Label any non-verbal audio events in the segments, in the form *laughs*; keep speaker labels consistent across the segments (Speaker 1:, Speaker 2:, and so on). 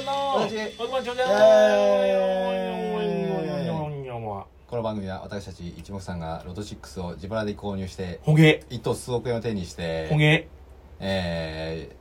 Speaker 1: ーイ
Speaker 2: おいまちょじゃ
Speaker 1: この番組は私たち一目さんがロト6を自腹で購入して
Speaker 2: ほげ
Speaker 1: 一等数億円を手にして
Speaker 2: ほげ
Speaker 1: え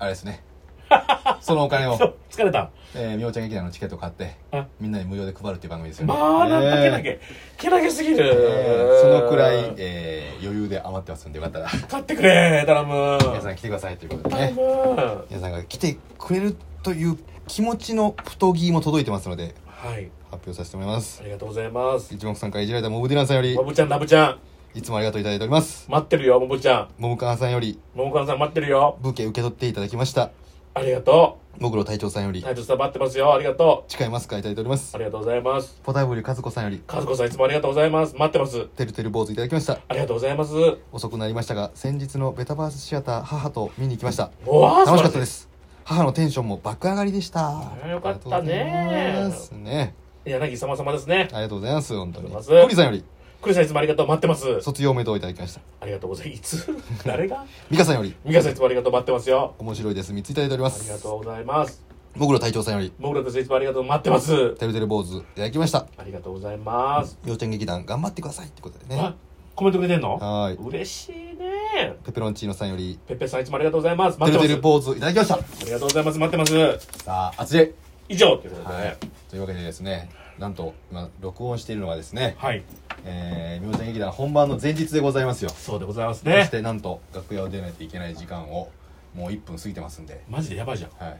Speaker 1: ー、あれですね *laughs* そのお金を
Speaker 2: そ、う疲れた
Speaker 1: えー、みおちゃん劇団のチケットを買って
Speaker 2: あ
Speaker 1: みんなに無料で配るっていう番組ですよね、
Speaker 2: まあなんだ
Speaker 1: え
Speaker 2: け
Speaker 1: ー
Speaker 2: なげけなげすぎる
Speaker 1: えーそのくらい、えー、余裕で余ってますんでよかったら
Speaker 2: 買ってくれ頼む
Speaker 1: 皆さん来てくださいということで
Speaker 2: 頼
Speaker 1: ね
Speaker 2: む
Speaker 1: 皆さんが来てくれるという気持ちの太着も届いてますので
Speaker 2: はい
Speaker 1: 発表させてもらいます
Speaker 2: ありがとうございます
Speaker 1: 一目さんからいじられたモブディランさんより
Speaker 2: まぶちゃんラブちゃん
Speaker 1: いつもありがとういただいております
Speaker 2: 待ってるよまぶちゃん
Speaker 1: モブカンさんより
Speaker 2: ももかんさん待ってるよ
Speaker 1: ブケ受け取っていただきました
Speaker 2: ありがと
Speaker 1: モグロ隊長さんよ
Speaker 2: う
Speaker 1: り
Speaker 2: 隊長さん待ってますよありがと
Speaker 1: 誓いますかいただいておりま
Speaker 2: うあ
Speaker 1: す
Speaker 2: りがとうございます
Speaker 1: ポタブリカズコさんより
Speaker 2: 和子さんいつもありがとうございます待ってます
Speaker 1: てるてる坊主いただきました
Speaker 2: ありがとうございます
Speaker 1: 遅くなりましたが先日のベタバースシアター母と見に行きました
Speaker 2: おわ
Speaker 1: 楽しかったですす母のテンションも爆上がりでした
Speaker 2: ーよかったね
Speaker 1: ありがとうございますね
Speaker 2: 柳様様ですね
Speaker 1: ありがとうございます本当に
Speaker 2: ありがとうございます
Speaker 1: ゴリさんより
Speaker 2: クリさんいつもありがとう待ってます
Speaker 1: 卒業おめでとういただきました
Speaker 2: ありがとうございます *laughs* いつ誰が
Speaker 1: 美香さんより
Speaker 2: 美香さんいつもありがとう待ってますよ
Speaker 1: 面白いです3ついただいておりま
Speaker 2: あり
Speaker 1: す
Speaker 2: がとうございます
Speaker 1: モグロ隊長さんより
Speaker 2: もぐらですいつもありがとう待ってます
Speaker 1: てるてる坊主いただきました
Speaker 2: ありがとうございます、
Speaker 1: 幼稚園劇団頑張ってくださいってことでね
Speaker 2: あコメントくれてんの
Speaker 1: はーい
Speaker 2: 嬉しいね
Speaker 1: ペペロンチーノさんより
Speaker 2: ペッペさんいつもありがとうございます
Speaker 1: て
Speaker 2: 待
Speaker 1: る
Speaker 2: ってて
Speaker 1: る
Speaker 2: ま
Speaker 1: 坊主いただきました
Speaker 2: すありがとうございます待ってます
Speaker 1: さあ熱い
Speaker 2: 以上ということで
Speaker 1: は
Speaker 2: ね
Speaker 1: い、というわけでですねなんと今録音しているのがですね
Speaker 2: はい、
Speaker 1: えー明星劇団本番の前日でございますよ
Speaker 2: そうでございます
Speaker 1: そ
Speaker 2: ね
Speaker 1: してなんと楽屋を出ないといけない時間をもう1分過ぎてますんで
Speaker 2: マジでやばいじゃん
Speaker 1: はい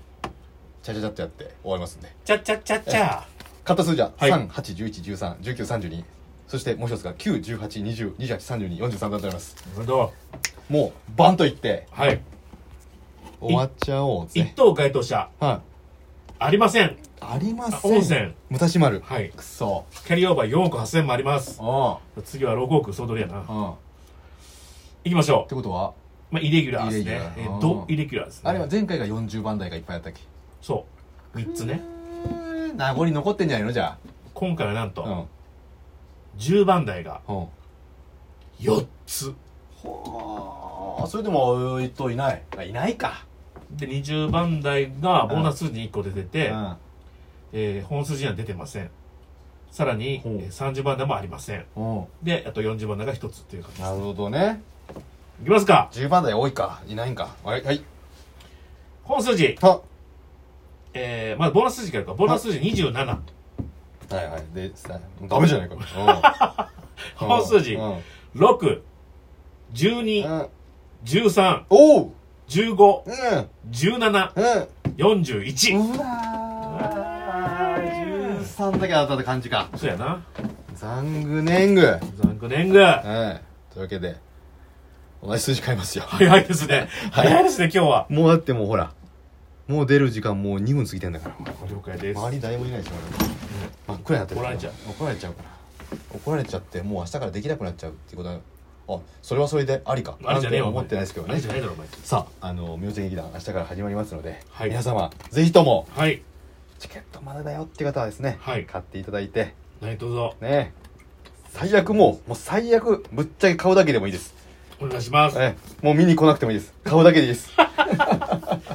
Speaker 1: ちゃちゃちゃっとやって終わりますんで
Speaker 2: ちゃっちゃっちゃっちゃ
Speaker 1: 買った数字は
Speaker 2: はい
Speaker 1: 3811131932そしてもう一つが91820283243だとなります
Speaker 2: なるほど
Speaker 1: もうバンといって
Speaker 2: はい
Speaker 1: 終わっちゃおう
Speaker 2: 一
Speaker 1: ぜ
Speaker 2: 等該当者
Speaker 1: はい
Speaker 2: ありません
Speaker 1: ありま
Speaker 2: あ温
Speaker 1: せ
Speaker 2: 泉
Speaker 1: ん武蔵丸
Speaker 2: はい
Speaker 1: くそ
Speaker 2: キャリーオーバー4億8000もあります
Speaker 1: うん
Speaker 2: 次は6億総取りやな
Speaker 1: うんっ
Speaker 2: 行きましょ
Speaker 1: てことは
Speaker 2: う、まあ、イレギュラーです
Speaker 1: イレギュ
Speaker 2: ね
Speaker 1: ラー
Speaker 2: え
Speaker 1: あ
Speaker 2: ー
Speaker 1: ー
Speaker 2: ドイレギュラーですね
Speaker 1: あれは前回が40番台がいっぱいあったっけ
Speaker 2: そう3つね
Speaker 1: うーん名残残ってんじゃないのじゃ
Speaker 2: 今回はなん
Speaker 1: あう
Speaker 2: と10番台が
Speaker 1: んうん
Speaker 2: 4つ
Speaker 1: ほあそれでもえっといないあいないか
Speaker 2: で20番台がボーナス数字1個出て
Speaker 1: う
Speaker 2: て、
Speaker 1: ん
Speaker 2: えー本数字には出てませんさらに、え
Speaker 1: ほう
Speaker 2: ー30番台もありません
Speaker 1: うん
Speaker 2: であと40番台が1つっていう感じで
Speaker 1: な
Speaker 2: す
Speaker 1: るほどね
Speaker 2: いきますか
Speaker 1: 10番台多いかいないんかはいはい
Speaker 2: 本数字、
Speaker 1: は
Speaker 2: えー、まだボーナス数字からかボーナス数字27
Speaker 1: はいはいでさダメじゃないか *laughs* うん
Speaker 2: 本数字
Speaker 1: うん
Speaker 2: 6
Speaker 1: う
Speaker 2: 12
Speaker 1: ん
Speaker 2: 13
Speaker 1: おう
Speaker 2: 15
Speaker 1: うん
Speaker 2: 17
Speaker 1: う
Speaker 2: 41
Speaker 1: んうわー13だけ当たった感じか
Speaker 2: そうやな
Speaker 1: ザングネングうん
Speaker 2: ザンク年ぐは
Speaker 1: というわけで同じ数字買いますよ
Speaker 2: 早いですね
Speaker 1: はい
Speaker 2: 早いですね今日は
Speaker 1: もうだってもうほらもう出る時間もう2分過ぎてんだから
Speaker 2: 了解です
Speaker 1: 周り誰もいないし俺真っ暗になってる
Speaker 2: 怒られちゃう
Speaker 1: 怒られちゃうから怒られちゃってもう明日からできなくなっちゃうっていうことはあそれはそれでありか
Speaker 2: あれじゃねえよ
Speaker 1: なんて思ってないですけど
Speaker 2: あれ
Speaker 1: ね
Speaker 2: じゃないだろお前
Speaker 1: さああの明星劇団明日から始まりますので、
Speaker 2: はい
Speaker 1: 皆様ぜひとも
Speaker 2: はい
Speaker 1: チケットまだだよって方はですね、
Speaker 2: はい
Speaker 1: 買っていただいて
Speaker 2: 何卒ぞ
Speaker 1: ね最悪もうもう最悪ぶっちゃけ顔だけでもいいです、
Speaker 2: お願いします
Speaker 1: ええもう見に来なくてもいいです顔だけでいいです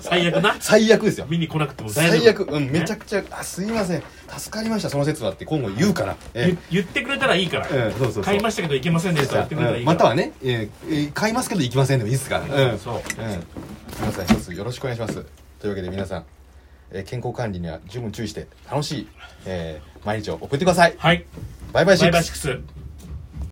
Speaker 2: 最悪な
Speaker 1: 最悪ですよ
Speaker 2: 見に来なくても大丈夫
Speaker 1: 最悪、うん、めちゃくちゃ「あすいません助かりましたその説は」って今後言うから、え
Speaker 2: 言言ってくれたらいいから
Speaker 1: えそうそうそう
Speaker 2: 買いましたけどいけませんでした言ってくれたらいいか
Speaker 1: ま
Speaker 2: ら
Speaker 1: たはね、えーえー買いますけど行きませんでもいいですから、うん
Speaker 2: そう
Speaker 1: 皆さん一つよろしくお願いしますというわけで皆さん、えー健康管理には十分注意して楽しい、えー毎日を送ってください
Speaker 2: はい
Speaker 1: バイバイシ
Speaker 2: バ
Speaker 1: ッ
Speaker 2: イ
Speaker 1: ク
Speaker 2: バイ
Speaker 1: ス
Speaker 2: シックス